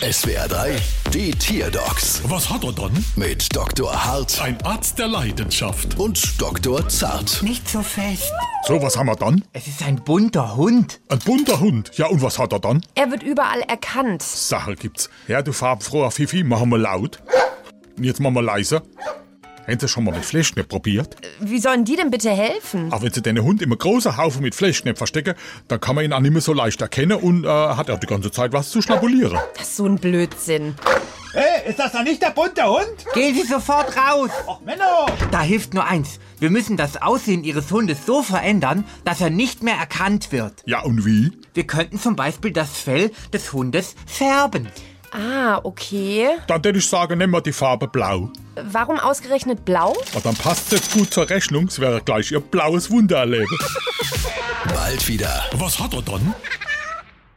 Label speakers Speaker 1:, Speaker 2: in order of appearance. Speaker 1: SWR 3, die Tierdocs
Speaker 2: Was hat er dann?
Speaker 1: mit Dr. Hart
Speaker 2: Ein Arzt der Leidenschaft.
Speaker 1: und Dr. Zart.
Speaker 3: Nicht so fest.
Speaker 2: So, was haben wir dann?
Speaker 3: Es ist ein bunter Hund.
Speaker 2: Ein bunter Hund. Ja, und was hat er dann?
Speaker 4: Er wird überall erkannt.
Speaker 2: Sache gibt's. Ja, du farbenfroher Fifi, machen wir laut. Und Jetzt machen wir leiser. Haben Sie schon mal mit Fleischknepp probiert?
Speaker 4: Wie sollen die denn bitte helfen?
Speaker 2: Auch wenn Sie den Hund immer großer Haufen mit Fleischknepp verstecken, dann kann man ihn auch nicht mehr so leicht erkennen und äh, hat auch die ganze Zeit was zu schnabulieren.
Speaker 4: Das ist so ein Blödsinn.
Speaker 5: Hey, ist das da nicht der bunte Hund?
Speaker 3: Gehen Sie sofort raus.
Speaker 5: Och, Menno!
Speaker 3: Da hilft nur eins. Wir müssen das Aussehen Ihres Hundes so verändern, dass er nicht mehr erkannt wird.
Speaker 2: Ja, und wie?
Speaker 3: Wir könnten zum Beispiel das Fell des Hundes färben.
Speaker 4: Ah, okay.
Speaker 2: Dann würde ich sagen, nehmen wir die Farbe blau.
Speaker 4: Warum ausgerechnet blau?
Speaker 2: Und dann passt es gut zur Rechnung, es wäre gleich ihr blaues Wunder erleben.
Speaker 1: Bald wieder.
Speaker 2: Was hat er dann?